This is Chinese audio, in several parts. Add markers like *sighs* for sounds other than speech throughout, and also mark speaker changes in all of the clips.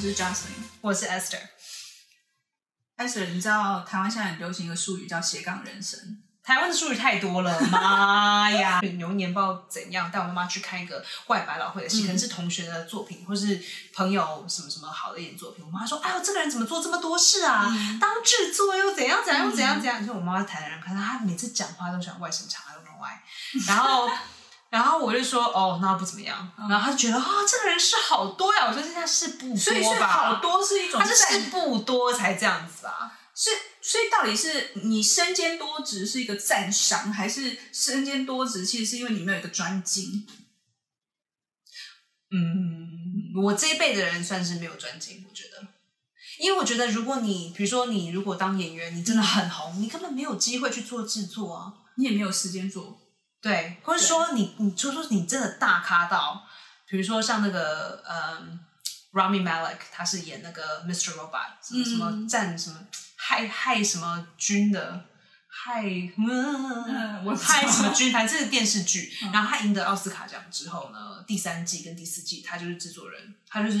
Speaker 1: 是 Jocelyn。
Speaker 2: 我是 Esther，
Speaker 1: 开始你知道台湾现在很流行一个术语叫斜杠人生，
Speaker 2: 台湾的术语太多了，
Speaker 1: *laughs*
Speaker 2: 妈呀！牛年不知道怎样，带我妈妈去看一个外百老汇的戏，
Speaker 1: 嗯
Speaker 2: 可能是同学的作品，或是朋友什么什么好的一点作品。我妈说：“哎呦，这个人怎么做这么多事啊？
Speaker 1: 嗯
Speaker 2: 当制作又怎样怎样又怎样怎样。你说我妈妈是台南人，可是她每次讲话都喜欢外省腔，I don't know why。然后， *laughs* 然后我就说哦，那不怎么样。
Speaker 1: 嗯
Speaker 2: 然后她就觉得啊、这个人事好多呀。我说现在事不多吧，
Speaker 1: 所以是好多是一种
Speaker 2: 她是
Speaker 1: 赞
Speaker 2: 事不多才这样子吧。
Speaker 1: 是，所以到底是你身兼多职是一个赞赏，还是身兼多职其实是因为你没有一个专精？
Speaker 2: 嗯，我这一辈的人算是没有专精，我觉得，因为我觉得如果你，比如说你如果当演员，你真的很红，你根本没有机会去做制作啊，
Speaker 1: 你也没有时间做。
Speaker 2: 对，或者说你你就说你真的大咖到，比如说像那个嗯，Rami Malek，他是演那个 Mr. Robot，什么
Speaker 1: 嗯
Speaker 2: 什么战什么害害什么军的。害
Speaker 1: *laughs*
Speaker 2: 嗯，
Speaker 1: 我知道
Speaker 2: 害什么军？反正这是电视剧。然后他赢得奥斯卡奖之后呢，第三季跟第四季，他就是制作人，他就是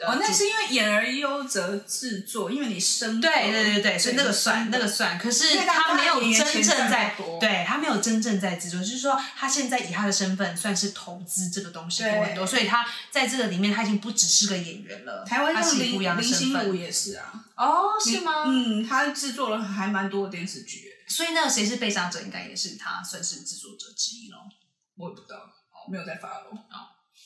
Speaker 2: 呃
Speaker 1: 哦，那是因为演而优则制作，因为你生
Speaker 2: 对对对对，所以那个算那
Speaker 1: 个
Speaker 2: 个算，可是
Speaker 1: 因为他
Speaker 2: 他没有
Speaker 1: 演员
Speaker 2: 真
Speaker 1: 钱
Speaker 2: 正
Speaker 1: 赚
Speaker 2: 在
Speaker 1: 得多，
Speaker 2: 对他没有真正在制作，就是说他现在以他的身份算是投资这个东西多很多，
Speaker 1: 对
Speaker 2: 所以他在这个里面他已经不只是个演员了，
Speaker 1: 台湾
Speaker 2: 他
Speaker 1: 像
Speaker 2: 是一个
Speaker 1: 林
Speaker 2: 不一样的
Speaker 1: 林
Speaker 2: 身
Speaker 1: 心如
Speaker 2: 份
Speaker 1: 也是啊，
Speaker 2: 哦，是吗？
Speaker 1: 嗯，他制作了还蛮多的电视剧，
Speaker 2: 所以那个谁是被杀者，应该也是他算是制作者之一咯。
Speaker 1: 我也不知道，我没有在发喽。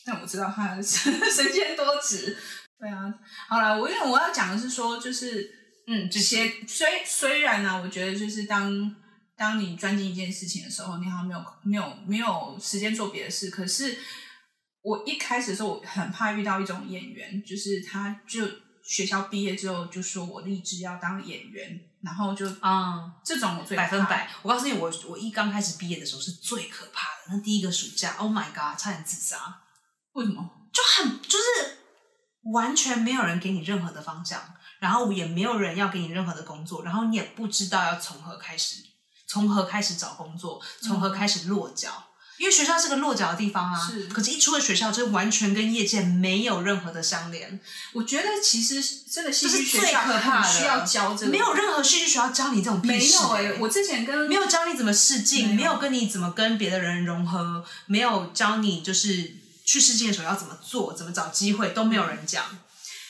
Speaker 1: 但我知道 *laughs* 他是身兼多职。对啊，好啦，我因为我要讲的是说，就是
Speaker 2: 嗯，
Speaker 1: 这些虽虽然呢、我觉得就是当当你专精一件事情的时候，你好像没有没有没有时间做别的事。可是我一开始的时候，我很怕遇到一种演员，就是他就学校毕业之后就说我立志要当演员，然后就
Speaker 2: 嗯，
Speaker 1: 这种我最
Speaker 2: 百分
Speaker 1: 怕。
Speaker 2: 百。我告诉你，我我一刚开始毕业的时候是最可怕的，那第一个暑假，Oh my god，差点自杀。
Speaker 1: 为什么？
Speaker 2: 就很就是完全没有人给你任何的方向，然后也没有人要给你任何的工作，然后你也不知道要从何开始，从何开始找工作，从何开始落脚。因为学校是个落脚的地方啊，
Speaker 1: 嗯是
Speaker 2: 可是一出了学校，就完全跟业界没有任何的相连，
Speaker 1: 我觉得其实真的戏
Speaker 2: 这
Speaker 1: 剧
Speaker 2: 是
Speaker 1: 学
Speaker 2: 最
Speaker 1: 校
Speaker 2: 可
Speaker 1: 很
Speaker 2: 怕的。
Speaker 1: 需要教这个，
Speaker 2: 没有任何戏剧学校教你这种屁
Speaker 1: 没
Speaker 2: 事
Speaker 1: 有哎、
Speaker 2: 欸
Speaker 1: 我之前跟
Speaker 2: 没有教你怎么试镜，没
Speaker 1: 没有
Speaker 2: 有跟你怎么跟别的人融合，没有教你就是去试镜的时候要怎么做，怎么找机会，都没有人讲。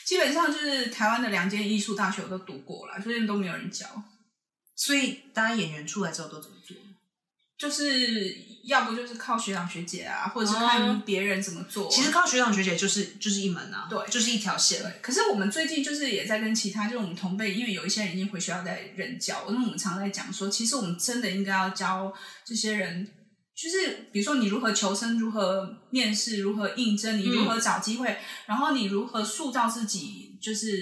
Speaker 1: 基本上就是台湾的两间艺术大学我都读过了，所以都没有人教。
Speaker 2: 所以大家演员出来之后都怎么做？
Speaker 1: 就是要不就是靠学长学姐啊，或者是
Speaker 2: 哦
Speaker 1: 看别人怎么做。
Speaker 2: 其实靠学长学姐就是就是一门啊，
Speaker 1: 对
Speaker 2: 就是一条线。
Speaker 1: 对，可是我们最近就是也在跟其他，就是我们同辈，因为有一些人已经回学校在任教，那我们常在讲说，其实我们真的应该要教这些人，就是比如说你如何求生，如何面试，如何应征，你如
Speaker 2: 嗯
Speaker 1: 何找机会，然后你如何塑造自己，就是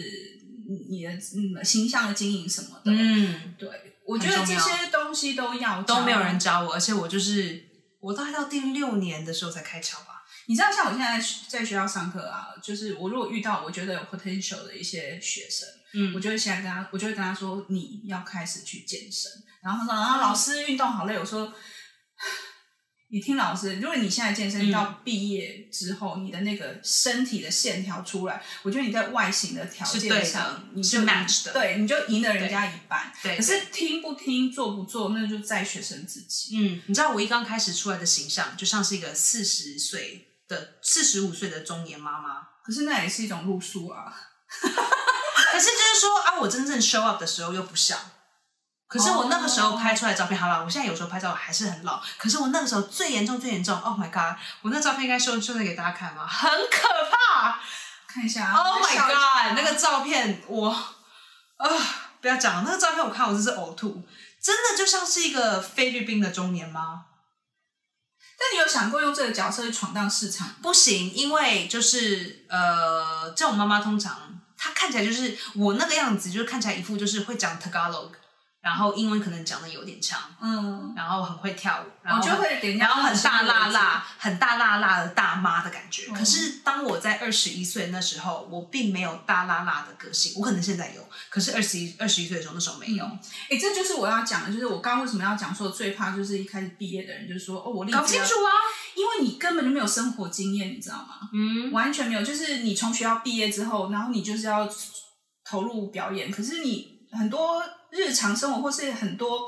Speaker 1: 你的嗯形象的经营什么的。
Speaker 2: 嗯，
Speaker 1: 对，我觉得
Speaker 2: 很重
Speaker 1: 这
Speaker 2: 要
Speaker 1: 些东西都要教啊
Speaker 2: 都没有人教我，而且我就是我大概到第六年的时候才开窍吧。
Speaker 1: 你知道，像我现在在学校上课啊，就是我如果遇到我觉得有 potential 的一些学生，我
Speaker 2: 嗯，
Speaker 1: 就会现在跟他，我就会跟他说你要开始去健身。然后他说啊，老师运动好累。我说，你听老师，如果你现在健身
Speaker 2: 嗯
Speaker 1: 到毕业之后，你的那个身体的线条出来，我觉得你在外形的条
Speaker 2: 是对的
Speaker 1: 件上，你
Speaker 2: 是
Speaker 1: 就
Speaker 2: match 的
Speaker 1: 对，你就赢了人家一半。
Speaker 2: 对。
Speaker 1: 可是听不听、做不做，那就在学生自己。
Speaker 2: 嗯，你知道我一刚开始出来的形象，就像是一个四十岁的四十五岁的中年妈妈，
Speaker 1: 可是那也是一种路数啊。
Speaker 2: 可是就是说啊，我真正 show up 的时候又不像。可是我那个时候拍出来的照片，好了，我现在有时候拍照还是很老。可是我那个时候最严重、最严重，Oh my god！我那照片应该秀秀给大家看吗？很可怕
Speaker 1: 看一下啊
Speaker 2: ，Oh my
Speaker 1: 笑一下啊
Speaker 2: god！那个照片我啊、不要讲了，那个照片我看我真是呕吐，真的就像是一个菲律宾的中年妈。
Speaker 1: 但你有想过用这个角色去闯荡市场吗？
Speaker 2: 不行，因为就是呃，这种妈妈通常她看起来就是我那个样子，就是看起来一副就是会讲 Tagalog，然后英文可能讲的有点强，
Speaker 1: 嗯，
Speaker 2: 然后很会跳舞，然
Speaker 1: 我
Speaker 2: 后
Speaker 1: 就会给人家
Speaker 2: 然后很大辣
Speaker 1: 那种
Speaker 2: 辣、很大辣辣的大妈的感觉。
Speaker 1: 嗯
Speaker 2: 可是当我在二十一岁那时候，我并没有大辣辣的个性，我可能现在有，可是二十一二十一岁的时候那时候没有。
Speaker 1: 嗯诶，这就是我要讲的，就是我刚刚为什么要讲说最怕就是一开始毕业的人，就是说哦，我立
Speaker 2: 搞不
Speaker 1: 志
Speaker 2: 清
Speaker 1: 要
Speaker 2: 楚啊！
Speaker 1: 因为你根本就没有生活经验，你知道吗？
Speaker 2: 嗯，
Speaker 1: 完全没有，就是你从学校毕业之后，然后你就是要投入表演，可是你很多日常生活或是很多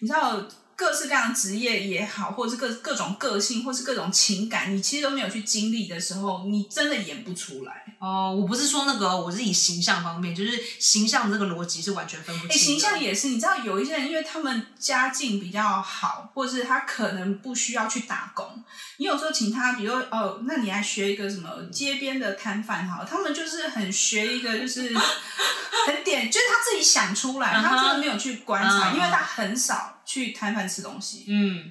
Speaker 1: 你知道各式各样的职业也好，或者是各各种个性或是各种情感，你其实都没有去经历的时候，你真的演不出来。
Speaker 2: 哦，我不是说那个哦，我是以形象方面，就是形象这个逻辑是完全分不清
Speaker 1: 哎、
Speaker 2: 的。
Speaker 1: 形象也是，你知道有一些人，因为他们家境比较好，或者是他可能不需要去打工。你有时候请他，比如说哦，那你来学一个什么街边的摊贩好了，他们就是很学一个，就是
Speaker 2: *laughs*
Speaker 1: 很点，就是他自己想出来，他真的没有去观察
Speaker 2: 嗯
Speaker 1: 因为他很少去摊贩吃东西。
Speaker 2: 嗯，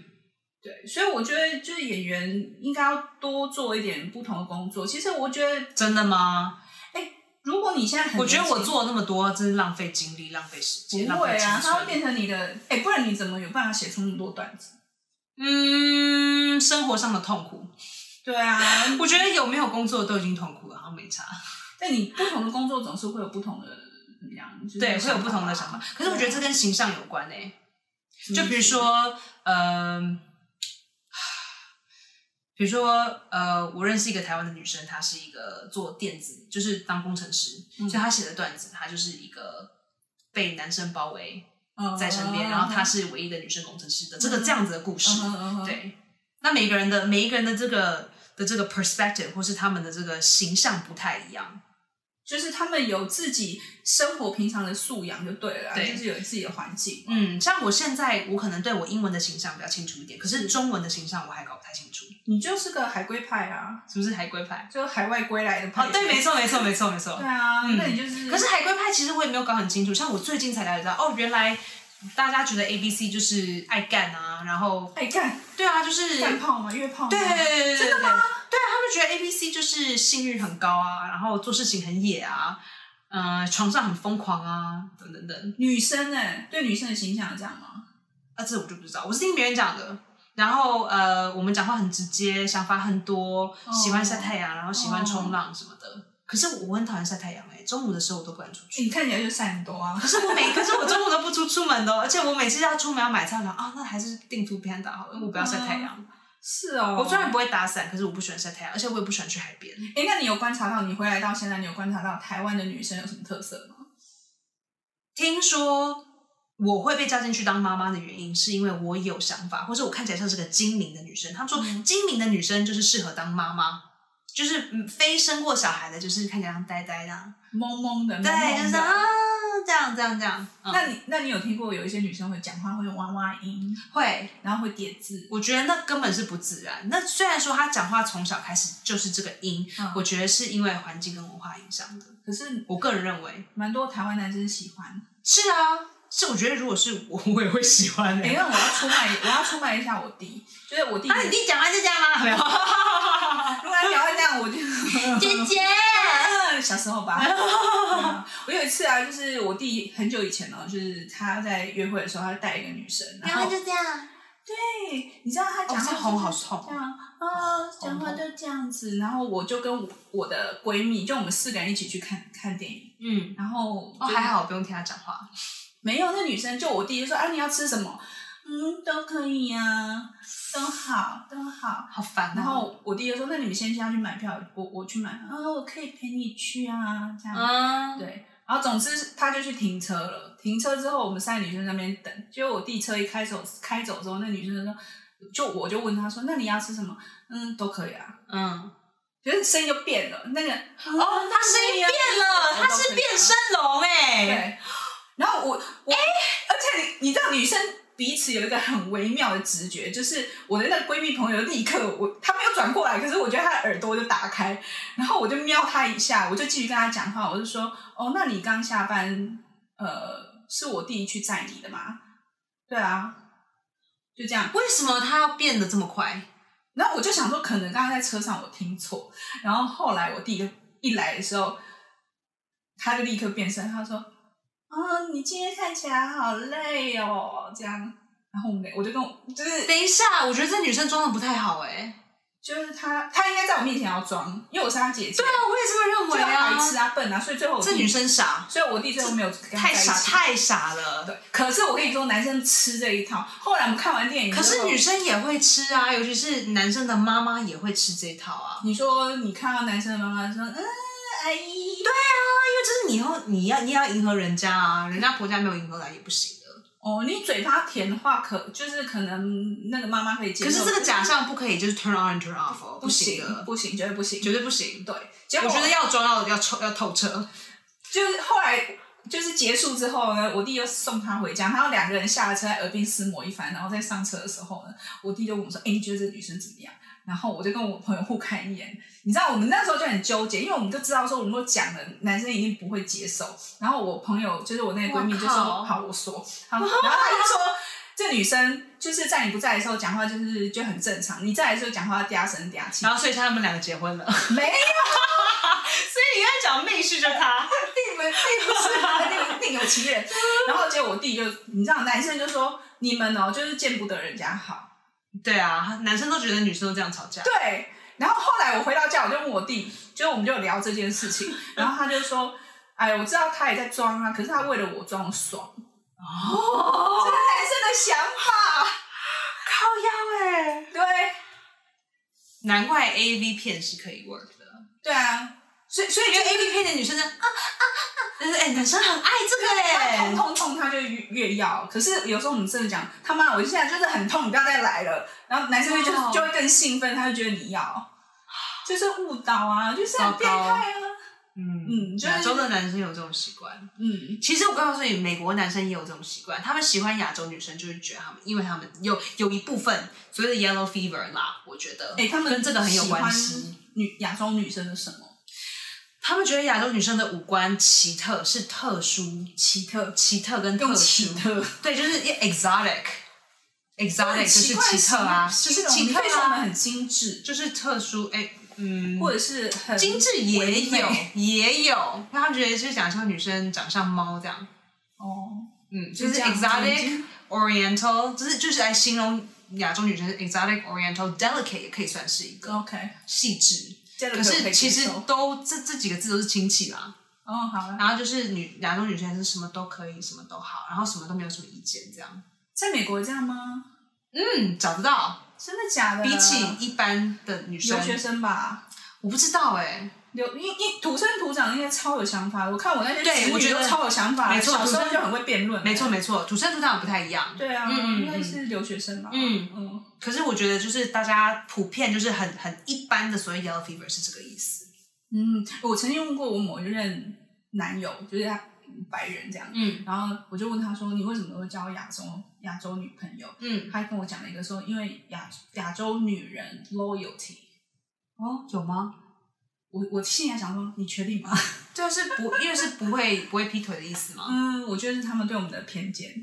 Speaker 1: 对，所以我觉得就是演员应该要多做一点不同的工作。其实我觉得，
Speaker 2: 真的吗？
Speaker 1: 如果你现在很
Speaker 2: 我觉得
Speaker 1: 年轻
Speaker 2: 我做了那么多，真是浪费精力、浪费时间、
Speaker 1: 不
Speaker 2: 浪
Speaker 1: 会
Speaker 2: 费青
Speaker 1: 啊，
Speaker 2: 春。
Speaker 1: 它会变成你的，哎、不然你怎么有办法写出那么多段子？
Speaker 2: 嗯，生活上的痛苦，
Speaker 1: 对啊，
Speaker 2: 我觉得有没有工作都已经痛苦了，好像没差。
Speaker 1: 但你不同的工作总是会有不同的怎么样？就是
Speaker 2: 对，会有不同
Speaker 1: 啊
Speaker 2: 的想法。可是我觉得这跟形象有关诶、就
Speaker 1: 嗯
Speaker 2: 比如，说，呃，比如说，呃，我认识一个台湾的女生，她是一个做电子，就是当工程师，
Speaker 1: 嗯
Speaker 2: 所以她写的段子，她就是一个被男生包围
Speaker 1: 嗯
Speaker 2: 在身边，然后她，是唯一的女生工程师的这个这样子的故事。
Speaker 1: 嗯嗯嗯，
Speaker 2: 对，那每一个人的每一个人的这个的这个 perspective 或是他们的这个形象不太一样，
Speaker 1: 就是他们有自己生活平常的素养就对了啊，
Speaker 2: 对
Speaker 1: 就是有自己的环境。
Speaker 2: 嗯，像我现在我可能对我英文的形象比较清楚一点，可是中文的形象我还搞不太清楚，
Speaker 1: 你就是个海归派啊，
Speaker 2: 是不是海龟派？
Speaker 1: 就是海外归来的派。
Speaker 2: 哦，对，没错，没错，没错，没错
Speaker 1: 对。啊，
Speaker 2: 嗯
Speaker 1: 那你就是，
Speaker 2: 可是海龟派其实我也没有搞很清楚，像我最近才了解到，哦，原来大家觉得 A B C 就是爱干啊，然后
Speaker 1: 哎干
Speaker 2: 对啊，就是
Speaker 1: 干炮吗？约炮吗？
Speaker 2: 对，
Speaker 1: 真
Speaker 2: 真
Speaker 1: 的吗？
Speaker 2: 对啊，他们觉得 A B C 就是性欲很高啊，然后做事情很野啊，嗯、床上很疯狂啊，等等等。
Speaker 1: 女生哎，对女生的形象有这样吗？
Speaker 2: 啊，这我就不知道，我是听别人讲的。然后呃，我们讲话很直接，想法很多，喜欢晒太阳，然后喜欢冲浪什么的。可是我很讨厌晒太阳哎、中午的时候我都不敢出去。
Speaker 1: 你看起来就晒很多啊
Speaker 2: 可。是我每，可是我中午都不出出门的哦，而且我每次要出门要买菜，我想啊，那还是订图片打好了，因为我不要晒太阳。
Speaker 1: 是哦，
Speaker 2: 我虽然不会打伞，可是我不喜欢晒太阳，而且我也不喜欢去海边。
Speaker 1: 哎，那你有观察到你回来到现在，你有观察到台湾的女生有什么特色吗？
Speaker 2: 听说我会被叫进去当妈妈的原因，是因为我有想法，或者我看起来像是个精明的女生。他们说，
Speaker 1: 嗯
Speaker 2: 精明的女生就是适合当妈妈，就是嗯非生过小孩的，就是看起来像呆呆这样，
Speaker 1: 懵懵的，
Speaker 2: 对，
Speaker 1: 懵
Speaker 2: 就
Speaker 1: 懵
Speaker 2: 是
Speaker 1: 的
Speaker 2: 啊，这样这样这样。嗯
Speaker 1: 嗯那你那你有听过有一些女生会讲话会用哇哇音，
Speaker 2: 会，
Speaker 1: 然后会叠字，
Speaker 2: 我觉得那根本是不自然。那虽然说她讲话从小开始就是这个音，
Speaker 1: 嗯
Speaker 2: 我觉得是因为环境跟文化影响的。
Speaker 1: 可是
Speaker 2: 我个人认为
Speaker 1: 蛮多台湾男生喜欢。
Speaker 2: 是啊，是我觉得如果是我，我也会喜欢的、
Speaker 1: *laughs* 等一下我要出卖，我要出卖一下我弟，就是我弟，
Speaker 2: 那、啊你弟讲完就这样吗？没有。
Speaker 1: 如果他讲话这样，我就
Speaker 2: 姐姐，
Speaker 1: *laughs* 小时候吧、嗯我有一次啊，就是我弟很久以前哦，就是他在约会的时候，他带一个女生，然后
Speaker 2: 这样。
Speaker 1: 对，你知道他讲
Speaker 2: 哦
Speaker 1: 话、就
Speaker 2: 这
Speaker 1: 是
Speaker 2: 红好痛
Speaker 1: 这样啊，讲话就这样子。然后我就跟我我的闺蜜，就我们四个人一起去看看电影，
Speaker 2: 嗯，
Speaker 1: 然后
Speaker 2: 哦，
Speaker 1: 就
Speaker 2: 还好不用听他讲话。
Speaker 1: 没有那女生，就我弟就说啊，你要吃什么？嗯，都可以呀、啊，都好，都好。
Speaker 2: 好烦哦。
Speaker 1: 然后我弟就说：“那你们先下去买票，我我去买。”啊，我可以陪你去啊，这样。
Speaker 2: 嗯，
Speaker 1: 对，然后总之他就去停车了。停车之后，我们三个女生在那边等。结果我弟车一开走，开走之后，那女生就说：“就我就问他说，那你要吃什么？嗯，都可以啊。
Speaker 2: 嗯，”
Speaker 1: 就是声音就变了，那个哦，
Speaker 2: 哦，他声音
Speaker 1: 啊
Speaker 2: 变了，他是变声龙哎。
Speaker 1: 对。然后我我、而且你你知道女生。彼此有一个很微妙的直觉，就是我的那个闺蜜朋友立刻我她没有转过来，可是我觉得她的耳朵就打开，然后我就瞄她一下，我就继续跟她讲话，我就说哦，那你刚下班，呃，是我弟去载你的吗？对啊，就这样。
Speaker 2: 为什么他要变得这么快？
Speaker 1: 然后我就想说，可能刚刚在车上我听错，然后后来我弟一来的时候，他就立刻变身，他说：“啊，你今天看起来好累哦。”这样，然后我们我就跟我就是
Speaker 2: 等一下，我觉得这女生装的不太好哎。
Speaker 1: 就是他，他应该在我面前要装，因为我是他姐姐，
Speaker 2: 对啊，我也这么认
Speaker 1: 就
Speaker 2: 为
Speaker 1: 他白痴
Speaker 2: 啊。
Speaker 1: 啊笨啊，所以最后我
Speaker 2: 这
Speaker 1: 弟
Speaker 2: 女，生傻，
Speaker 1: 所以我弟最后没有跟他在
Speaker 2: 太
Speaker 1: 一
Speaker 2: 傻
Speaker 1: 起
Speaker 2: 太傻了。
Speaker 1: 对，可是我跟你说，男生吃这一套。后来我们看完电影之
Speaker 2: 可
Speaker 1: 后，
Speaker 2: 是女生也会吃啊，尤其是男生的妈妈也会吃这一套啊。
Speaker 1: 你说你看到男生的妈妈说，嗯，阿姨，
Speaker 2: 对啊，因为就是你以后你要你也要迎合人家啊，人家婆家没有迎合来也不行的。
Speaker 1: 哦，你嘴巴甜的话可，就是可能那个妈妈可以接
Speaker 2: 可
Speaker 1: 受，
Speaker 2: 是这个假象不可以就是 turn on and turn off，哦
Speaker 1: 不
Speaker 2: 行
Speaker 1: 行
Speaker 2: 的，
Speaker 1: 不行，绝对不行。
Speaker 2: 绝对不行。
Speaker 1: 对，结果
Speaker 2: 我觉得要装要要透要透彻，
Speaker 1: 就是后来就是结束之后呢，我弟又送他回家，然后两个人下了车，在耳鬓厮磨一番，然后在上车的时候呢，我弟就问我说：“哎、你觉得这女生怎么样？”然后我就跟我朋友互看一眼，你知道我们那时候就很纠结，因为我们就知道说，我们如果讲了，男生一定不会接受。然后我朋友就是我那个闺蜜就说：“
Speaker 2: 哇靠
Speaker 1: 好，我说。好”然后她就说。这女生就是在你不在的时候讲话就是就很正常，你在的时候讲话嗲声嗲气
Speaker 2: *laughs* 然，后所以他们两个结婚 *laughs* 了。
Speaker 1: 没
Speaker 2: 所以你刚才讲的妹婿就是他，
Speaker 1: 你们并不是另另有其人。然后结果我弟就，你知道，男生就说你们哦，就是见不得人家好。
Speaker 2: 对啊，男生都觉得女生都这样吵架。
Speaker 1: 对。然后后来我回到家，我就问我弟，就是我们就有聊这件事情，然后他就说。哎，我知道他也在装啊，可是他为了我装得爽，
Speaker 2: 哦
Speaker 1: 这是，男
Speaker 2: 靠腰哎、
Speaker 1: 生的想法。对，
Speaker 2: 难怪 A V 片是可以 work 的，
Speaker 1: 对啊，所以所以
Speaker 2: 因
Speaker 1: 就
Speaker 2: 为 A V 片的女生呢，啊啊啊，但是哎、男生很爱这个哎、
Speaker 1: 他痛痛痛，他就越越要。可是有时候我们真的讲，他妈，我现在就是很痛，你不要再来了。然后男生会就是
Speaker 2: 哇
Speaker 1: 就会更兴奋，他就觉得你要，就是误导啊，就是很变态啊。
Speaker 2: 嗯，
Speaker 1: 嗯，就是
Speaker 2: 亚洲的男生有这种习惯。
Speaker 1: 嗯，
Speaker 2: 其实我告诉你，美国男生也有这种习惯，他们喜欢亚洲女生，就是觉得他们，因为他们有有一部分所谓的 yellow fever 啦，我觉得，
Speaker 1: 哎、他们
Speaker 2: 跟这个很有关系。。
Speaker 1: 女亚洲女生的什么？
Speaker 2: 他们觉得亚洲女生的五官奇特是特殊，奇特、奇特跟特
Speaker 1: 用
Speaker 2: 殊
Speaker 1: 奇，特，
Speaker 2: 对，就是 exotic。exotic 就是
Speaker 1: 很 *laughs*
Speaker 2: 奇
Speaker 1: 奇
Speaker 2: 特
Speaker 1: 怪
Speaker 2: 啊，就
Speaker 1: 形
Speaker 2: 是
Speaker 1: 容
Speaker 2: 奇特
Speaker 1: 你可以说我们
Speaker 2: 啊，
Speaker 1: 很精致，
Speaker 2: 就是特殊。哎、嗯，
Speaker 1: 或者是很
Speaker 2: 精致也
Speaker 1: 唯
Speaker 2: 有
Speaker 1: 美，
Speaker 2: 也有。他们觉得是讲像女生长像猫这样，
Speaker 1: 哦，
Speaker 2: 嗯，就是
Speaker 1: 这样
Speaker 2: exotic
Speaker 1: 子
Speaker 2: oriental，就是就是来形容亚洲女生 exotic oriental delicate 也可以算是一个
Speaker 1: OK。
Speaker 2: 细致。
Speaker 1: 这个我
Speaker 2: 可
Speaker 1: 可
Speaker 2: 是
Speaker 1: 以接
Speaker 2: 其实
Speaker 1: 受
Speaker 2: 都这这几个字都是亲戚啦，
Speaker 1: 哦，好了，
Speaker 2: 然后就是女亚洲女生是什么都可以，什么都好，然后什么都没有什么意见，这样。
Speaker 1: 在美国这样吗？
Speaker 2: 嗯，找不到，
Speaker 1: 真的假的？
Speaker 2: 比起一般的女生
Speaker 1: 留，学生吧，
Speaker 2: 我不知道哎、
Speaker 1: 有你你土生土长应该超有想法的，我看我那些
Speaker 2: 对
Speaker 1: 子女
Speaker 2: 我觉得
Speaker 1: 都超有想法的，
Speaker 2: 没错
Speaker 1: 小时
Speaker 2: 土
Speaker 1: 候
Speaker 2: 生
Speaker 1: 就很会辩论，
Speaker 2: 没错，没错，土生土长不太一样。
Speaker 1: 对啊，
Speaker 2: 嗯嗯嗯
Speaker 1: 因为是留学生嘛，
Speaker 2: 嗯
Speaker 1: 嗯，
Speaker 2: 可是我觉得就是大家普遍就是很很一般的所谓 yellow fever 是这个意思。
Speaker 1: 嗯，我曾经问过我某一任男友，就是他白人这样，
Speaker 2: 嗯
Speaker 1: 然后我就问他说：“你为什么会交亚洲亚洲女朋友
Speaker 2: 嗯，？”
Speaker 1: 他跟我讲了一个说：“因为亚亚洲女人 loyalty。
Speaker 2: 哦，有吗？”
Speaker 1: 我我心里还想说：“你确定吗 *laughs*
Speaker 2: 就是不，因为是不会不会劈腿的意思？”吗？
Speaker 1: 嗯，我觉得是他们对我们的偏见，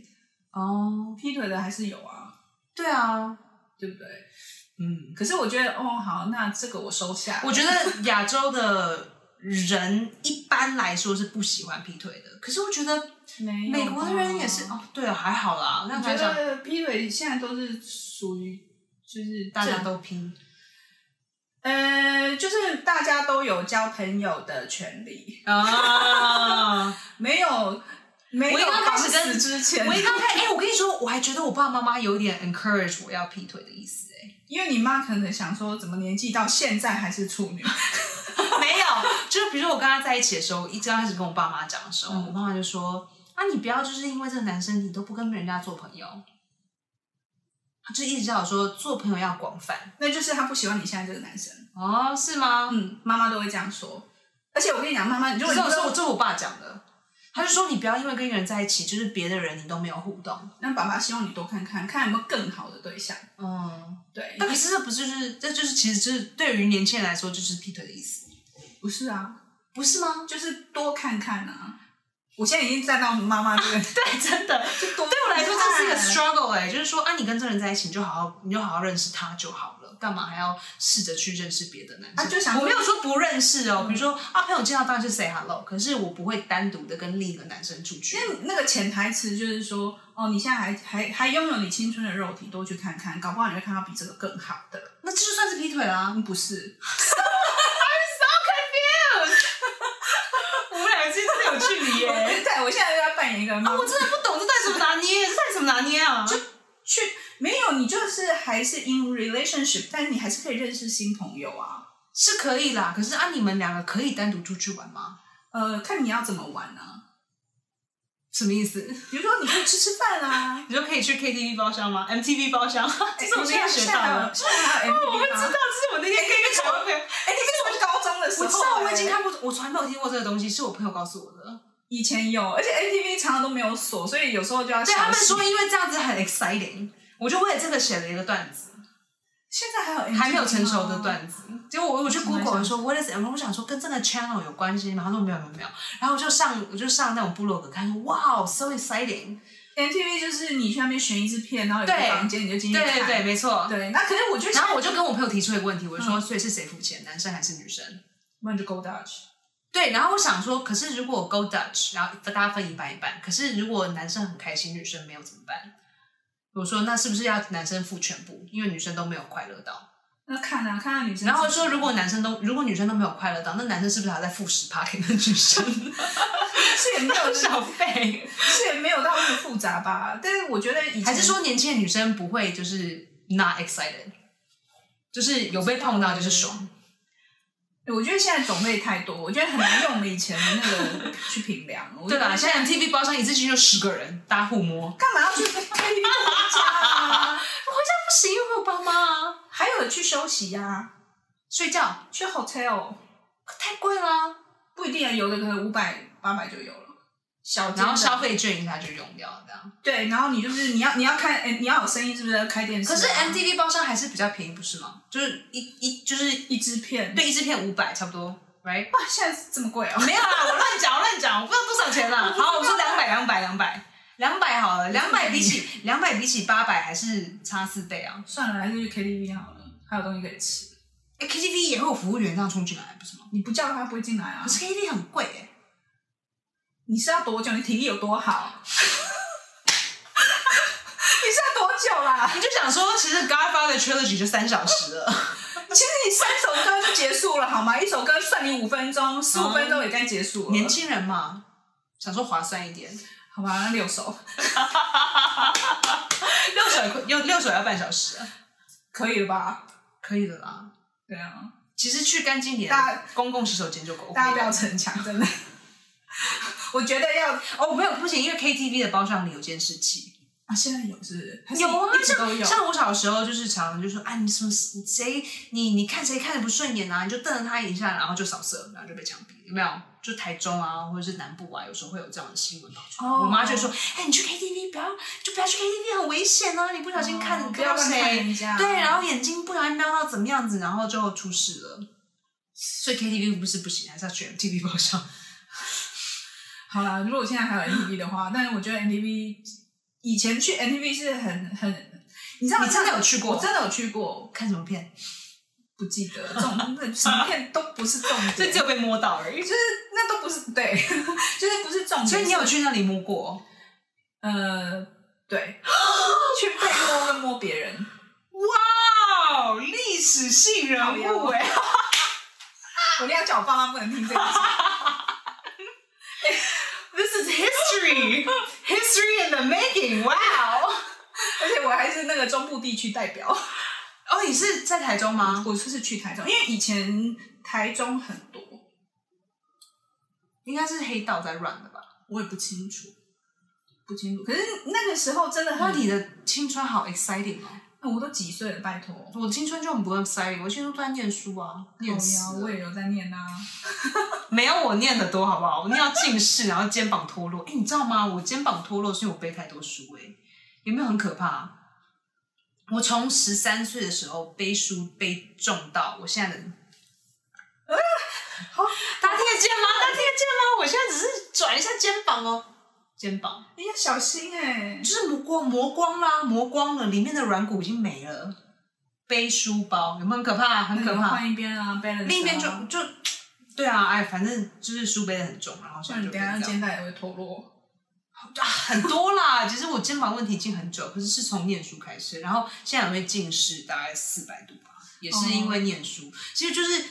Speaker 2: 哦，
Speaker 1: 劈腿的还是有啊，
Speaker 2: 对啊，
Speaker 1: 对不对？
Speaker 2: 嗯，
Speaker 1: 可是我觉得，哦，好，那这个我收下。
Speaker 2: 我觉得亚洲的人一般来说是不喜欢劈腿的，可是我觉得
Speaker 1: 没有
Speaker 2: 美国的人也是
Speaker 1: 吧
Speaker 2: 哦，对啊，还好啦。那
Speaker 1: 我
Speaker 2: 他
Speaker 1: 觉
Speaker 2: 讲
Speaker 1: 得劈腿现在都是属于就是
Speaker 2: 大家
Speaker 1: 正
Speaker 2: 都劈，
Speaker 1: 呃，就是大家都有交朋友的权利，
Speaker 2: 啊！
Speaker 1: 没有没
Speaker 2: 我
Speaker 1: 有
Speaker 2: 一刚开始
Speaker 1: 绑死
Speaker 2: 跟
Speaker 1: 之前，
Speaker 2: *laughs* 我一刚开，哎、我跟你说，我还觉得我爸爸妈妈有点 encourage 我要劈腿的意思、哎
Speaker 1: 因为你妈可能想说，怎么年纪到现在还是处女？
Speaker 2: *laughs* 哎，没有，就是比如说我跟他在一起的时候，一刚开始跟我爸妈讲的时候，我妈妈就说：“啊，你不要就是因为这个男生，你都不跟人家做朋友。”他就一直叫我说做朋友要广泛
Speaker 1: 那就是她不喜欢你现在这个男生。
Speaker 2: 哦，是吗？
Speaker 1: 嗯，妈妈都会这样说。而且我跟你讲，妈妈，你就
Speaker 2: 不
Speaker 1: 你
Speaker 2: 是，我
Speaker 1: 说
Speaker 2: 说我这我爸讲的，他就说你不要因为跟一个人在一起，就是别的人你都没有互动。
Speaker 1: 那爸爸希望你多看看，看有没有更好的对象。
Speaker 2: 嗯，
Speaker 1: 对，
Speaker 2: 但可是这不就是这就是其实就是对于年轻人来说就是劈腿的意思，
Speaker 1: 不是啊，
Speaker 2: 不是吗？
Speaker 1: 就是多看看啊。我现在已经站到妈妈这个，
Speaker 2: *laughs* 对，真的对
Speaker 1: 就多对
Speaker 2: 我来说这是一个 struggle 哎、就是说啊，你跟这个人在一起，你就好好你就好好认识他就好了，干嘛还要试着去认识别的男生？
Speaker 1: 啊就想说
Speaker 2: 我没有说不认识哦，比如说啊，朋友介绍当然是 say hello，可是我不会单独的跟另一个男生出去。
Speaker 1: 那那个潜台词就是说，哦，你现在还还还拥有你青春的肉体，多去看看，搞不好你会看到比这个更好的。
Speaker 2: 那这就算是劈劈腿啦、
Speaker 1: 嗯不是，
Speaker 2: 我们两个今天有距离
Speaker 1: *laughs*
Speaker 2: 耶。
Speaker 1: 对，我现在就要扮演一个妈妈
Speaker 2: 啊，*laughs* 我真的不懂这到底怎么拿捏，这到底怎么拿捏啊？就
Speaker 1: 去没有，你就是还是 in relationship，但你还是可以认识新朋友啊。
Speaker 2: 是可以啦，可是按、啊、你们两个可以单独出去玩吗？
Speaker 1: 呃，看你要怎么玩啊。
Speaker 2: 什么意思？。
Speaker 1: 比如说，你可以吃吃饭啊哎
Speaker 2: 你说可以去 KTV 包厢吗？MTV 包厢， *laughs* 这哎是我现在学到的。
Speaker 1: 现在还有 M
Speaker 2: *laughs* 我
Speaker 1: P
Speaker 2: 不知道，
Speaker 1: 吗？
Speaker 2: 这是哦我那天跟一个台湾朋友，
Speaker 1: 哎，你跟我高中的时候
Speaker 2: 我
Speaker 1: 哎，
Speaker 2: 知道我已经看过，我从来没有听过这个东西，是我朋友告诉我的。
Speaker 1: 以前有，而且 ATV 常常都没有锁，所以有时候就要
Speaker 2: 对
Speaker 1: 小
Speaker 2: 他们
Speaker 1: 心
Speaker 2: 说，因为这样子很 exciting，我就为了这个写了一个段子，
Speaker 1: 现在还有
Speaker 2: 还没有
Speaker 1: ATV
Speaker 2: 成熟的
Speaker 1: 吗
Speaker 2: 段子。结果我我去
Speaker 1: 什么来
Speaker 2: Google 说 What is M，我想说跟这个 channel 有关系吗？他说没有没有没有。然后我就上我就上那种部落格看，哇、wow,，so exciting！
Speaker 1: MTV 就是你去那边选一支片，然后有个
Speaker 2: 对
Speaker 1: 房间你就进
Speaker 2: 对
Speaker 1: 去看。
Speaker 2: 对对，嗯没错。
Speaker 1: 对那可是我觉得现在，
Speaker 2: 然后我就跟我朋友提出一个问题，我就说，所以是谁付钱，男生还是女生？
Speaker 1: 不然就 Go Dutch。
Speaker 2: 对，然后我想说，可是如果 Go Dutch，然后大家分一半一半，可是如果男生很开心，女生没有怎么办？我说那是不是要男生付全部？因为女生都没有快乐到。
Speaker 1: 那看啊，看看女生。
Speaker 2: 然后说如果男生都如果女生都没有快乐到，那男生是不是还在付十趴给那女生
Speaker 1: *laughs* 是也没有
Speaker 2: *laughs* 小费？
Speaker 1: 是也没有到那么复杂吧，但是我觉得以前
Speaker 2: *laughs* 还是说年轻的女生不会就是 not excited，就是有被碰到就是爽？
Speaker 1: 我觉得现在种类太多，我觉得很难用我们以前的那个去评量。我觉
Speaker 2: 对
Speaker 1: 得
Speaker 2: 吧？现在 TV 包厢一次性就十个人，大家互摸，
Speaker 1: 干嘛要去 *laughs* KTV 回家啊？
Speaker 2: 不行，因为我有爸妈啊，
Speaker 1: 还有去休息呀、
Speaker 2: 睡觉
Speaker 1: 去 hotel
Speaker 2: 太贵了啊。
Speaker 1: 不一定啊有的可能五百八百就有了。小间的
Speaker 2: 然后消费券一下就用掉这样。
Speaker 1: 对，然后你就是你要你要看，哎你要有声音是不是？开电视啊、
Speaker 2: 可是 MTV 包厢还是比较便宜，不是吗？就是一一就是
Speaker 1: 一支片，
Speaker 2: 对一支片五百差不多，right？ *laughs*
Speaker 1: 哇，现在这么贵哦、
Speaker 2: 没有啦，我乱讲我乱讲，我不知道多少钱 *laughs* 啦。好，我说两百两百两百两百好了，两百比起两百比起八百还是差四倍啊。
Speaker 1: *laughs* 算了，还是去 KTV 好了，还有东西可以吃。
Speaker 2: 哎，KTV 也会有服务员这样冲进来，不是吗？
Speaker 1: 你不叫他他不会进来啊
Speaker 2: 可。是 KTV 很贵哎、
Speaker 1: 你是要多久？你体力有多好？ *laughs* 你是要多久啊啦？
Speaker 2: 你就想说，其实 Godfather Trilogy 就三小时了，
Speaker 1: 其实你三首歌就结束了好吗？一首歌算你五分钟，十五分钟也该结束了。
Speaker 2: *laughs* 年轻人嘛，想说划算一点。
Speaker 1: 好吧，那六首
Speaker 2: *laughs* 六首要六首要半小时啊，
Speaker 1: 可以了吧？
Speaker 2: 可以的啦。
Speaker 1: 对啊，
Speaker 2: 其实去干净点
Speaker 1: 大家，
Speaker 2: 公共洗手间就够。
Speaker 1: 大家不要逞强，真的。 *laughs* 我觉得要
Speaker 2: 哦，没有不行，因为 KTV 的包厢里有监视器。
Speaker 1: 啊，现在有是不是还是
Speaker 2: 有啊
Speaker 1: 一直都有。
Speaker 2: 像我小时候就是常常就说啊，你什么你谁你你看谁看的不顺眼啊，你就瞪了他一下，然后就扫射，然后就被枪毙，有没有？就台中啊，或者是南部啊，有时候会有这样的新闻跑出来。
Speaker 1: 哦
Speaker 2: 我妈就说，哎、你去 KTV 不要就不要去 KTV，很危险啊，你不小心看、
Speaker 1: 哦不
Speaker 2: 看
Speaker 1: 要
Speaker 2: 到
Speaker 1: 乱看人
Speaker 2: 谁，
Speaker 1: 家
Speaker 2: 对，然后眼睛不小心瞄到怎么样子，然后就出事了。所以 KTV 不是不行，还是要去 KTV 包厢。
Speaker 1: 好啦，如果我现在还有 NTV 的话，但是我觉得 NTV 以前去 NTV 是很很，你知道
Speaker 2: 你真的有去过
Speaker 1: 我真的有去过，
Speaker 2: 看什么片？
Speaker 1: 不记得这种那什么片都不是重
Speaker 2: 所以 *laughs*
Speaker 1: 点，
Speaker 2: 只有被摸到而已。
Speaker 1: 就是那都不是对，就是不是重点。
Speaker 2: 所以你有
Speaker 1: 是
Speaker 2: 去那里摸过？
Speaker 1: 呃对，去被摸跟摸别人，
Speaker 2: 哇哦，历史性人物哎、
Speaker 1: 我一定要叫我爸妈不能听
Speaker 2: *laughs*
Speaker 1: 这个。
Speaker 2: t h i s is history, *laughs* history in the making. 哦 Wow！
Speaker 1: *laughs* 而且我还是那个中部地区代表，
Speaker 2: 哦，你是在台中吗？
Speaker 1: 我就是去台中，因为以前台中很多，
Speaker 2: 应该是黑道在 run 的吧？
Speaker 1: 我也不清楚，不清楚。可是那个时候真的
Speaker 2: 哇，
Speaker 1: 很
Speaker 2: 你的青春好 exciting 哦！
Speaker 1: 那我都几岁了，拜托。
Speaker 2: 我的青春就很不 exciting，我青春都在念书啊，念
Speaker 1: 呀，
Speaker 2: 死
Speaker 1: 我
Speaker 2: 了
Speaker 1: 也有在念啊。
Speaker 2: 没有我念的多，好不好？我念到近视，然后肩膀脱落。哎、你知道吗？我肩膀脱落是因为我背太多书、哎，有没有很可怕？我从十三岁的时候背书背重到我现在的，啊
Speaker 1: 好，
Speaker 2: 大家听得见吗？大家听得见吗？我现在只是转一下肩膀哦，肩膀
Speaker 1: 你要小心哎、
Speaker 2: 就是磨光磨光啦，磨光了，里面的软骨已经没了。背书包有没有很可怕？很可怕。
Speaker 1: 换一边啊，balance 啊。
Speaker 2: 另一边就就对啊，哎，反正就是书背的很重，然后现
Speaker 1: 像
Speaker 2: 在
Speaker 1: 你等
Speaker 2: 就变
Speaker 1: 一下
Speaker 2: 这样。
Speaker 1: 肩带也会脱落。
Speaker 2: 啊，很多啦。其实我肩膀问题已经很久，可是是从念书开始，然后现在因为近视大概四百度吧，也是因为念书，其实就是。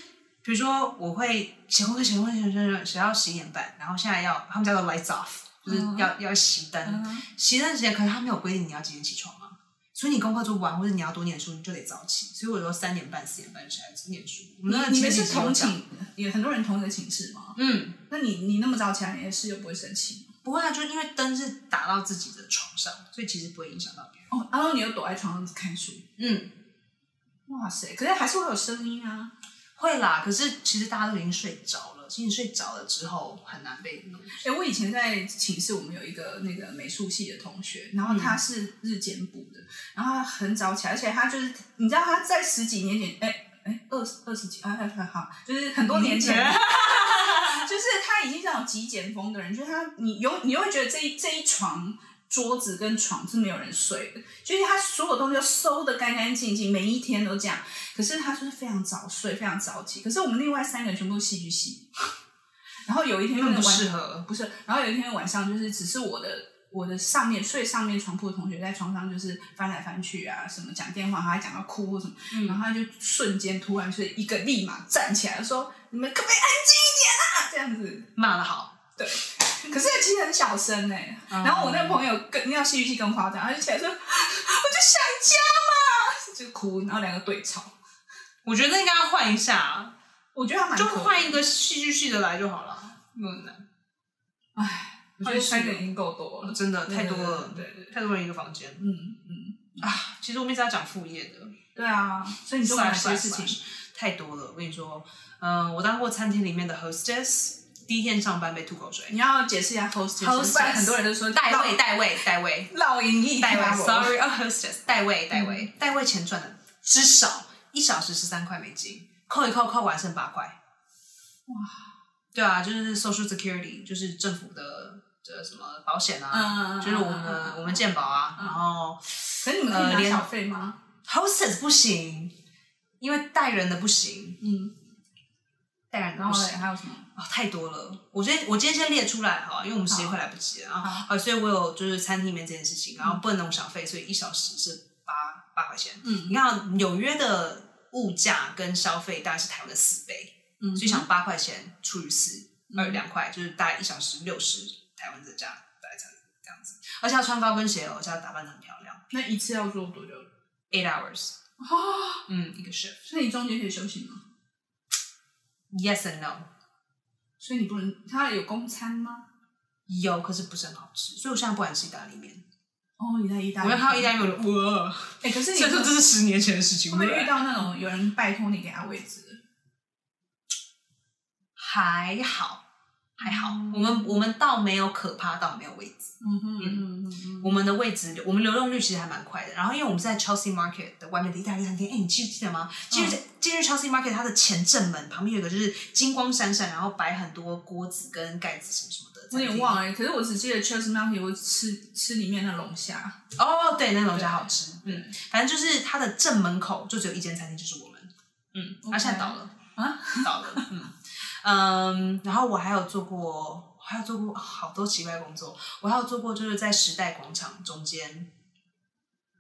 Speaker 2: 比如说，我会写功课、写功课、写功课写功课，写到十一点半，然后现在要他们叫做 lights off，就是
Speaker 1: 嗯
Speaker 2: 要、要熄灯。
Speaker 1: 嗯
Speaker 2: 熄灯时间，可是他没有规定你要几点起床啊，所以你功课做不完，或者你要多念书，你就得早起。所以我说三点半、四点半就起来念书。我们那个
Speaker 1: 你
Speaker 2: 前
Speaker 1: 们
Speaker 2: 几
Speaker 1: 是
Speaker 2: 集有
Speaker 1: 同
Speaker 2: 讲，
Speaker 1: 寝，也很多人同一个寝室吗？
Speaker 2: 嗯，
Speaker 1: 那你你那么早起来，你的室友不会生气吗？
Speaker 2: 不会啊，就因为灯是打到自己的床上，所以其实不会影响到别人。
Speaker 1: 哦，然后你又躲在床上看书，
Speaker 2: 嗯，
Speaker 1: 哇塞！可是还是会有声音啊。
Speaker 2: 会啦，可是其实大家都已经睡着了，其实你睡着了之后很难被弄。
Speaker 1: 哎、我以前在寝室，我们有一个那个美术系的同学，然
Speaker 2: 嗯
Speaker 1: 后他是日间部的，然后他很早起来，而且他就是你知道他在十几年前，哎、哎，二十二十几啊，好，就是很多年前，
Speaker 2: *laughs*
Speaker 1: 就是他已经是那种极简风的人，就是他你有你会觉得这一这一床。桌子跟床是没有人睡的，就是他所有东西都收的干干净净，每一天都这样。可是他就是非常早睡，非常早起。可是我们另外三个人全部都戏剧系，然后有一天
Speaker 2: 更不
Speaker 1: 晚
Speaker 2: 适合。
Speaker 1: 不是，然后有一天晚上，就是只是我的我的上面睡上面床铺的同学在床上就是翻来翻去啊，什么讲电话，还讲到哭或什么，
Speaker 2: 嗯
Speaker 1: 然后他就瞬间突然是一个立马站起来说：“你们可不可以安静一点啊？”这样子，
Speaker 2: 骂的好，
Speaker 1: 可是其实很小声哎、
Speaker 2: 嗯
Speaker 1: 然后我那个朋友更那戏剧系更夸张，他就起来说：“我就想家嘛！”就哭，然后两个对吵，
Speaker 2: 我觉得应该要换一下，
Speaker 1: 我觉得他蛮
Speaker 2: 就
Speaker 1: 可
Speaker 2: 换一个戏剧系的来就好了。没有很难，
Speaker 1: 我觉得三个已经够多了，
Speaker 2: 真的太多了，
Speaker 1: 对对对
Speaker 2: 太多人一个房间。
Speaker 1: 嗯嗯，
Speaker 2: 其实我们一直要讲副业的，
Speaker 1: 对啊，所以你做了哪些事情？
Speaker 2: 太多了。我跟你说，嗯、我当过餐厅里面的 hostess，第一天上班被吐口水。
Speaker 1: 你要解释一下 hostess，
Speaker 2: Hostess
Speaker 1: 不然很多人都说
Speaker 2: 代位，
Speaker 1: 烙
Speaker 2: 代位，代位，
Speaker 1: 烙营役
Speaker 2: 代位
Speaker 1: 吧我
Speaker 2: ，sorry，啊 hostess，代
Speaker 1: 嗯
Speaker 2: 位，代位，代位钱赚的至少一小时十三块美金，扣一扣扣完剩八块。哇，对啊，就是 social security，就是政府的呃什么保险啊，
Speaker 1: 嗯，
Speaker 2: 就是我们、
Speaker 1: 嗯嗯嗯
Speaker 2: 我们健保啊，然后
Speaker 1: 可是你们可以
Speaker 2: 呃
Speaker 1: 拿
Speaker 2: 连
Speaker 1: 小费吗？
Speaker 2: hostess 不行，因为带人的不行，
Speaker 1: 嗯，
Speaker 2: 带人的
Speaker 1: 然
Speaker 2: 不
Speaker 1: 后
Speaker 2: 行
Speaker 1: 嘞。还有什么？
Speaker 2: 哦，太多了。我今天我今天先列出来哈，因为我们时间
Speaker 1: 好
Speaker 2: 快来不及了啊。
Speaker 1: 好
Speaker 2: 呃，所以我有就是餐厅里面这件事情，然后不能弄小费，所以一小时是八八块钱。
Speaker 1: 嗯
Speaker 2: 你看啊纽约的物价跟消费大概是台湾的四倍，
Speaker 1: 嗯
Speaker 2: 所以想八块钱除以四，
Speaker 1: 嗯
Speaker 2: 二两块就是大概一小时六十台湾的价，大概这样这样子。而且要穿高跟鞋哦，这要打扮的很漂亮。
Speaker 1: 那一次要做多久？
Speaker 2: Eight hours，
Speaker 1: 啊，
Speaker 2: 嗯，一个 shift。
Speaker 1: 所以你中间可以休息吗？
Speaker 2: Yes and no。
Speaker 1: 所以你不能，他有公餐吗？
Speaker 2: 有，可是不是很好吃，所以我现在不敢吃意大利面。
Speaker 1: 哦，你在意大
Speaker 2: 我
Speaker 1: 利，
Speaker 2: 要看到意大利面，我就哇！
Speaker 1: 哎，可是你
Speaker 2: 虽然说这
Speaker 1: 会
Speaker 2: 是十年前的事情，
Speaker 1: 不会遇到那种有人拜托你给他位置？
Speaker 2: 还好，还好。
Speaker 1: 嗯
Speaker 2: 我们我们倒没有可怕，倒没有位置。
Speaker 1: 嗯哼嗯嗯
Speaker 2: 我们的位置，我们流动率其实还蛮快的。然后因为我们是在 Chelsea Market 的外面的意大利餐厅，哎，你记不记得吗？进入进入 Chelsea Market，它的前正门旁边有一个就是金光闪闪，然后摆很多锅子跟盖子什么什么的。
Speaker 1: 我有点忘了，可是我只记得 Chelsea Monkey 我吃吃里面的龙虾，
Speaker 2: 哦，对，那龙
Speaker 1: 对
Speaker 2: 虾好吃。嗯，反正就是它的正门口就只有一间餐厅，就是我们。嗯，它
Speaker 1: OK
Speaker 2: 现在倒了
Speaker 1: 啊，
Speaker 2: *laughs* 倒了。嗯嗯，然后我还有做过，我还有做过好多奇怪的工作。我还有做过就是在时代广场中间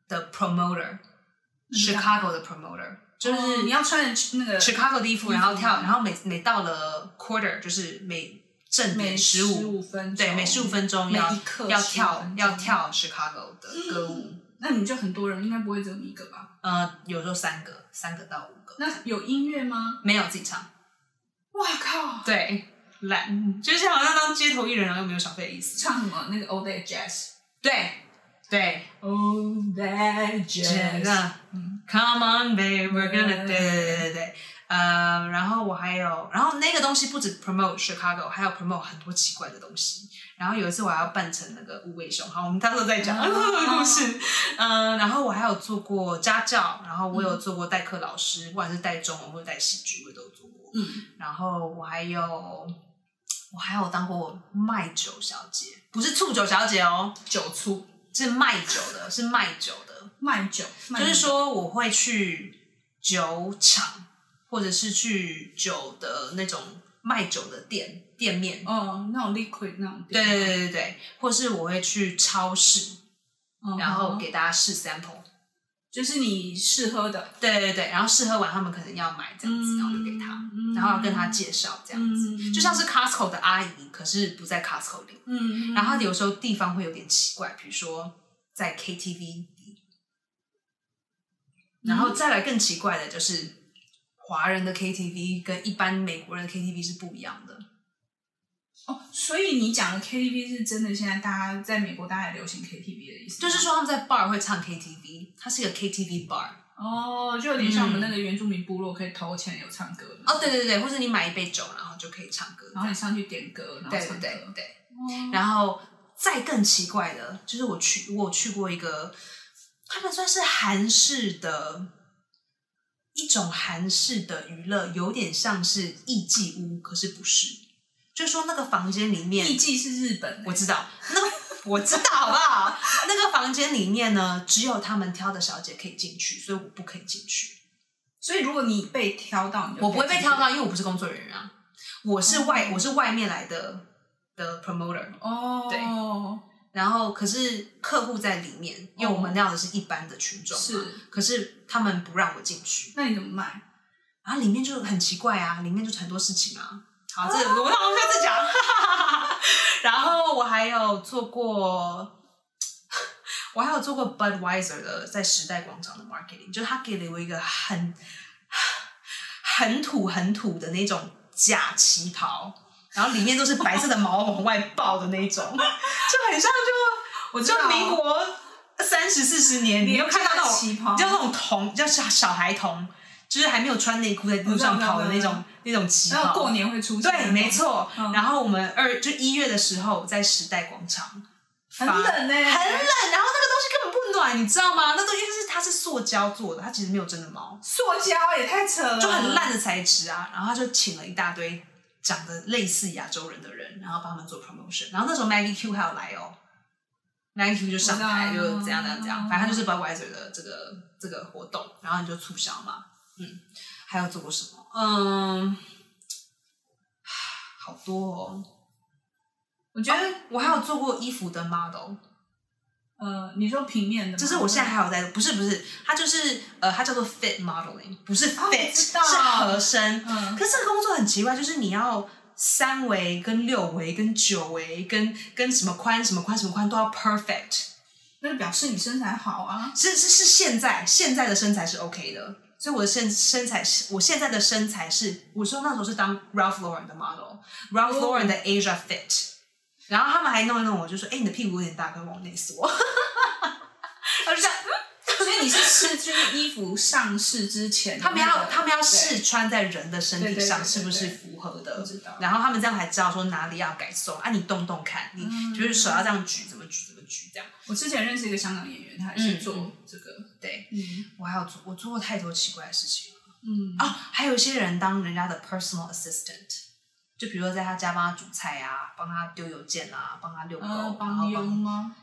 Speaker 2: 的 promoter，Chicago 的 promoter，就
Speaker 1: 就是
Speaker 2: 是
Speaker 1: 你要穿着那个
Speaker 2: Chicago 的衣服，然后
Speaker 1: 衣服
Speaker 2: 跳，
Speaker 1: 吗
Speaker 2: 然后每每到了 quarter 就是每正
Speaker 1: 每
Speaker 2: 点十五
Speaker 1: 五分钟，
Speaker 2: 对，每十五分钟
Speaker 1: 每
Speaker 2: 要
Speaker 1: 一刻
Speaker 2: 要
Speaker 1: 15
Speaker 2: 跳
Speaker 1: 分钟
Speaker 2: 要跳 Chicago 的歌舞，
Speaker 1: 那你就很多人，应该不会只有你一个吧？
Speaker 2: 呃，有时候三个，三个到五个，
Speaker 1: 那有音乐吗？
Speaker 2: 没有自己唱，
Speaker 1: 哇靠！
Speaker 2: 对，嗯懒，就是好像当街头艺人，然后又没有小费的意思。
Speaker 1: *laughs* 唱什么？那个 All Day Jazz。
Speaker 2: 对对
Speaker 1: All Day
Speaker 2: 真的
Speaker 1: 嗯
Speaker 2: ，Come on, babe, we're gonna
Speaker 1: 对
Speaker 2: 对对对对对，呃，然后我还有，然后那个东西不止 promote Chicago，还有 promote 很多奇怪的东西。然后有一次我还要扮成那个无尾熊，好，我们到时候再讲
Speaker 1: 哦
Speaker 2: *laughs* 故事。嗯，然后我还有做过家教，然后我有做过代课老师，不管是带中文或者带戏剧，我都有做过。
Speaker 1: 嗯，
Speaker 2: 然后我还有，我还有当过卖酒小姐，不是醋酒小姐哦，
Speaker 1: 酒醋
Speaker 2: 是卖酒的，是卖酒的。
Speaker 1: 卖酒，卖
Speaker 2: 就是
Speaker 1: 酒
Speaker 2: 说我会去酒厂，或者是去酒的那种卖酒的店店面，
Speaker 1: 哦，那种 liquid 那种
Speaker 2: 对
Speaker 1: 店，
Speaker 2: 对对对对，或是我会去超市，
Speaker 1: 嗯
Speaker 2: 然后给大家试 sample。
Speaker 1: 就是你适合的
Speaker 2: 对对对，然后试喝完他们可能要买这
Speaker 1: 这
Speaker 2: 样
Speaker 1: 样子，然后
Speaker 2: 子，然后就
Speaker 1: 就
Speaker 2: 给
Speaker 1: 给
Speaker 2: 他，
Speaker 1: 他，
Speaker 2: 然
Speaker 1: 然
Speaker 2: 后
Speaker 1: 后
Speaker 2: 要
Speaker 1: 要
Speaker 2: 跟
Speaker 1: 跟
Speaker 2: 他
Speaker 1: 他，
Speaker 2: 介绍这样子，
Speaker 1: 嗯，
Speaker 2: 就
Speaker 1: 就
Speaker 2: 像
Speaker 1: 像
Speaker 2: 是
Speaker 1: 是，
Speaker 2: Costco 的阿姨，可是不在 Costco 里，
Speaker 1: 嗯
Speaker 2: 然
Speaker 1: 然
Speaker 2: 后
Speaker 1: 后
Speaker 2: 它有时候地方会有点奇怪，比如说在 KTV 里，
Speaker 1: 嗯
Speaker 2: 然后再来更奇怪的就是华人的 KTV 跟一般美国人的 KTV 是不一样的。
Speaker 1: 哦，所以你讲的 KTV 是真的，现在大家在美国大家也流行 KTV 的意思吗，
Speaker 2: 就是说他们在 bar 会唱 KTV，它是一个 KTV bar。
Speaker 1: 哦，就有点像我们那个原住民部落可以投钱有唱歌的
Speaker 2: 嗯哦，对，对对，或者你买一杯酒，然后就可以唱歌。
Speaker 1: 然后你上去点歌，哦然后
Speaker 2: 对
Speaker 1: 唱
Speaker 2: 对
Speaker 1: 歌，
Speaker 2: 对对，
Speaker 1: 哦
Speaker 2: 然后再更奇怪的，就是我去我有去过一个，他们算是韩式的一种韩式的娱乐，有点像是艺伎屋，可是不是，就是说那个房间里面
Speaker 1: 艺伎是日本的，
Speaker 2: 我知道，那个我知道，好不好？那个房间里面呢，只有他们挑的小姐可以进去，所以我不可以进去。
Speaker 1: 所以如果你被挑到，你就
Speaker 2: 我不会被
Speaker 1: 可以
Speaker 2: 挑到，因为我不是工作人员啊，我是外、我是外面来的的 promoter，
Speaker 1: 哦，
Speaker 2: 对然后可是客户在里面，因为我们要的是一般的群众嘛，
Speaker 1: 是，
Speaker 2: 可是他们不让我进去，
Speaker 1: 那你怎么卖？
Speaker 2: 然后里面就很奇怪啊，里面就很多事情啊。好，这个我那我们下次讲。 *laughs* 然后我还有做过，我还有做过 Budweiser 的在时代广场的 marketing，就是他给了我一个很很土很土的那种假旗袍，然后里面都是白色的毛往外爆的那种，就很像就
Speaker 1: 我知
Speaker 2: 就
Speaker 1: 道
Speaker 2: 民国三十四十年，你又看到那种
Speaker 1: 旗袍
Speaker 2: 就那种童，叫小小孩童，就是还没有穿内裤在路上跑的那种那种旗
Speaker 1: 然
Speaker 2: 袍。
Speaker 1: 后过年会出现，
Speaker 2: 啊对，没，错。
Speaker 1: 嗯
Speaker 2: 然后我们二就一月的时候在时代广场，
Speaker 1: 很
Speaker 2: 发
Speaker 1: 冷欸呢、
Speaker 2: 很冷，然后那个东西根本不暖，你知道吗？那东西是它是塑胶做的，它其实没有真的毛，
Speaker 1: 塑胶也太扯了，
Speaker 2: 就很烂的材质啊。然后他就请了一大堆长得类似亚洲人的人，然后帮他们做 promotion。然后那时候 Maggie Q 还有来哦。Maggie Q 就上台，
Speaker 1: 我
Speaker 2: 就
Speaker 1: 知道
Speaker 2: 怎样怎样怎样，反正他就是 Budweiser 的这个这个活动，然后你就促销嘛，嗯，还有做过什么？嗯， *sighs* 好多哦。
Speaker 1: 我觉得、
Speaker 2: 我还有做过衣服的 model，
Speaker 1: 呃，你说平面的吗，
Speaker 2: 就是我现在还有在，不是不是，它就是呃，它叫做 fit modeling，不是
Speaker 1: 哦
Speaker 2: fit，、
Speaker 1: 我知道
Speaker 2: 是合身，
Speaker 1: 嗯
Speaker 2: 可是这个工作很奇怪，就是你要三维、跟六维、跟九维、跟跟什么宽、什么宽、什么宽都要 perfect。
Speaker 1: 那就表示你身材好
Speaker 2: *laughs*
Speaker 1: 啊，
Speaker 2: 是是是，现在现在的身材是 OK 的，所以我的身身材是，我现在的身材是，我说那时候是当 Ralph Lauren 的 model，Ralph
Speaker 1: 哦
Speaker 2: Lauren 的 Asia Fit，然后他们还弄一弄我，就说，哎、你的屁股有点大，可以往内缩。 *laughs* 然后就这样，
Speaker 1: 所以你是试就是衣服上市之前，
Speaker 2: 他们要他们要
Speaker 1: 对
Speaker 2: 试穿在人的身体上
Speaker 1: 对对对对
Speaker 2: 是不是符合
Speaker 1: 我
Speaker 2: 的
Speaker 1: 知道，
Speaker 2: 然后他们这样才知道说哪里要改松啊，你动动看，你
Speaker 1: 嗯
Speaker 2: 就是手要这样举，怎么举怎么举这样。
Speaker 1: 我之前认识一个香港演员，他也是
Speaker 2: 嗯
Speaker 1: 做这个，
Speaker 2: 对
Speaker 1: 嗯
Speaker 2: 我还有做我做过太多奇怪的事情了
Speaker 1: 嗯
Speaker 2: 啊，还有一些人当人家的 personal assistant，就比如说在他家帮他煮菜啊，帮他丢邮件啊，帮他遛狗，
Speaker 1: 呃，
Speaker 2: 然后
Speaker 1: 帮佣吗？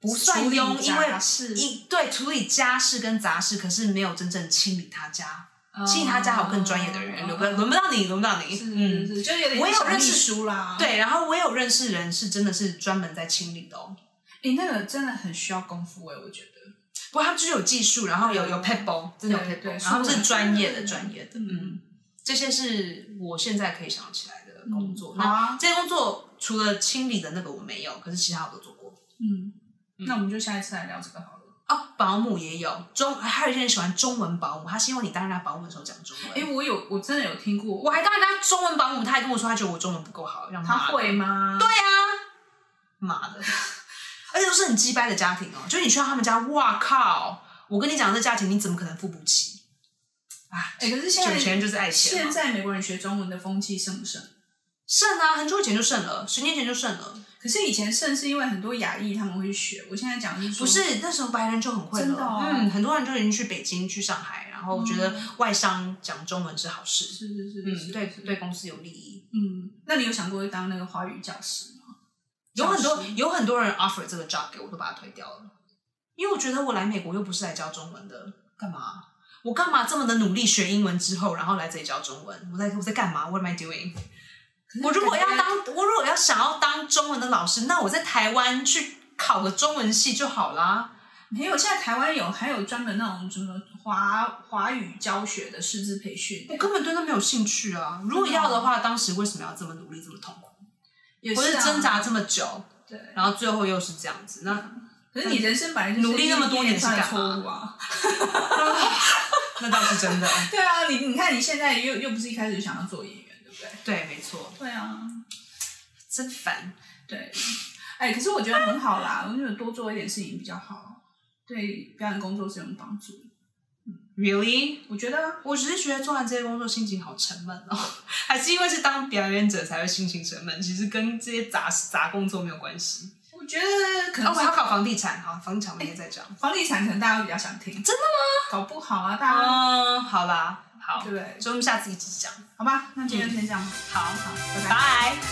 Speaker 2: 不算佣，因为
Speaker 1: 是
Speaker 2: 一对处理家事跟杂事，可是没有真正清理他家，清理他家还有更专业的人，轮不轮不到你，轮不到你，
Speaker 1: 哦是
Speaker 2: 嗯
Speaker 1: 是。是，就有点
Speaker 2: 我也有
Speaker 1: 像
Speaker 2: 认识
Speaker 1: 秘书啦，
Speaker 2: 对，然后我有认识人是真的是专门在清理的哦，
Speaker 1: 诶，那个真的很需要功夫诶，我觉得。
Speaker 2: 不过他们就是有技术，然后有有 p e b l e 真的有 p e
Speaker 1: 嗯对
Speaker 2: b l e
Speaker 1: 对
Speaker 2: 然后是
Speaker 1: 是
Speaker 2: 专业的专业的，
Speaker 1: 嗯
Speaker 2: 嗯，这些是我现在可以想起来的工作。
Speaker 1: 嗯好
Speaker 2: 那
Speaker 1: 啊
Speaker 2: 这些工作除了清理的那个我没有，可是其他我都做过。
Speaker 1: 嗯，那我们就下一次来聊这个好了。
Speaker 2: 哦，保姆也有中，还有一些人喜欢中文保姆，他希望你当人家保姆的时候讲中文。
Speaker 1: 诶，哎我有，我真的有听过，
Speaker 2: 我还当人家中文保姆，他还跟我说他觉得我中文不够好，让
Speaker 1: 他会吗？
Speaker 2: 对啊，妈的，而且都是很鸡掰的家庭哦。就是你去到他们家，哇靠！我跟你讲，这家庭你怎么可能付不起？
Speaker 1: 对，可是现
Speaker 2: 有钱
Speaker 1: 在
Speaker 2: 就是爱钱
Speaker 1: 现
Speaker 2: 嘛，
Speaker 1: 在美国人学中文的风气盛不盛？
Speaker 2: 剩啊，很久以前就剩了，十年前就剩了。
Speaker 1: 可是以前盛是因为很多亚裔他们会去学，我现在讲的是说
Speaker 2: 不是那时候白人就很会了，
Speaker 1: 真的哦
Speaker 2: 嗯，很多人就已经去北京、去上海，然后觉得外商讲中文是好事，
Speaker 1: 是是是
Speaker 2: 嗯，
Speaker 1: 是
Speaker 2: 对
Speaker 1: 是
Speaker 2: 对，公司有利益。
Speaker 1: 嗯，那你有想过当那个华语教师吗？
Speaker 2: 有很多
Speaker 1: 教师
Speaker 2: 有很多人 offer 这个 job 给我，都把它推掉了，因为我觉得我来美国又不是来教中文的，干嘛？我干嘛这么的努力学英文之后，然后来这里教中文？我在我在干嘛？What am I doing？我如果要
Speaker 1: 感觉
Speaker 2: 当我如果要想要当中文的老师，那我在台湾去考个中文系就好啦。
Speaker 1: 没有，现在台湾有还有专门那种什么华华语教学的师资培训，
Speaker 2: 我根本对他没有兴趣啊！如果要的话，当时为什么要这么努力、这么痛苦，
Speaker 1: 也
Speaker 2: 或
Speaker 1: 是、
Speaker 2: 是
Speaker 1: 啊、
Speaker 2: 挣扎这么久，
Speaker 1: 对。
Speaker 2: 然后最后又是这样子？那
Speaker 1: 可是你人生本来就是
Speaker 2: 努力那么多
Speaker 1: 一连
Speaker 2: 年是
Speaker 1: 串的
Speaker 2: 干嘛
Speaker 1: 错误啊！
Speaker 2: 那倒是 *laughs* 真的，
Speaker 1: 对啊，你你看你现在又又不是一开始就想要做演员，对不对？
Speaker 2: 对，没错，
Speaker 1: 对啊，
Speaker 2: 真烦。
Speaker 1: 对。哎，可是我觉得很好啦，我觉得多做一点事情比较好，对表演工作是有帮助。
Speaker 2: Really？
Speaker 1: 我觉得啊
Speaker 2: 我只是觉得做完这些工作心情好沉闷哦，还是因为是当表演者才会心情沉闷，其实跟这些杂杂工作没有关系。
Speaker 1: 我觉得可
Speaker 2: 哦，
Speaker 1: 能
Speaker 2: 我
Speaker 1: 是
Speaker 2: 要考房地产，好，房地产我们也在讲。
Speaker 1: 房地产，可能大家会比较想听。真的吗？搞不好啊，大家、
Speaker 2: 嗯，好啦，好，
Speaker 1: 对不对？
Speaker 2: 所以我们下次一起讲。
Speaker 1: 好吧，那今天就先这样吧。
Speaker 2: 好，好，
Speaker 1: 拜拜
Speaker 2: 拜。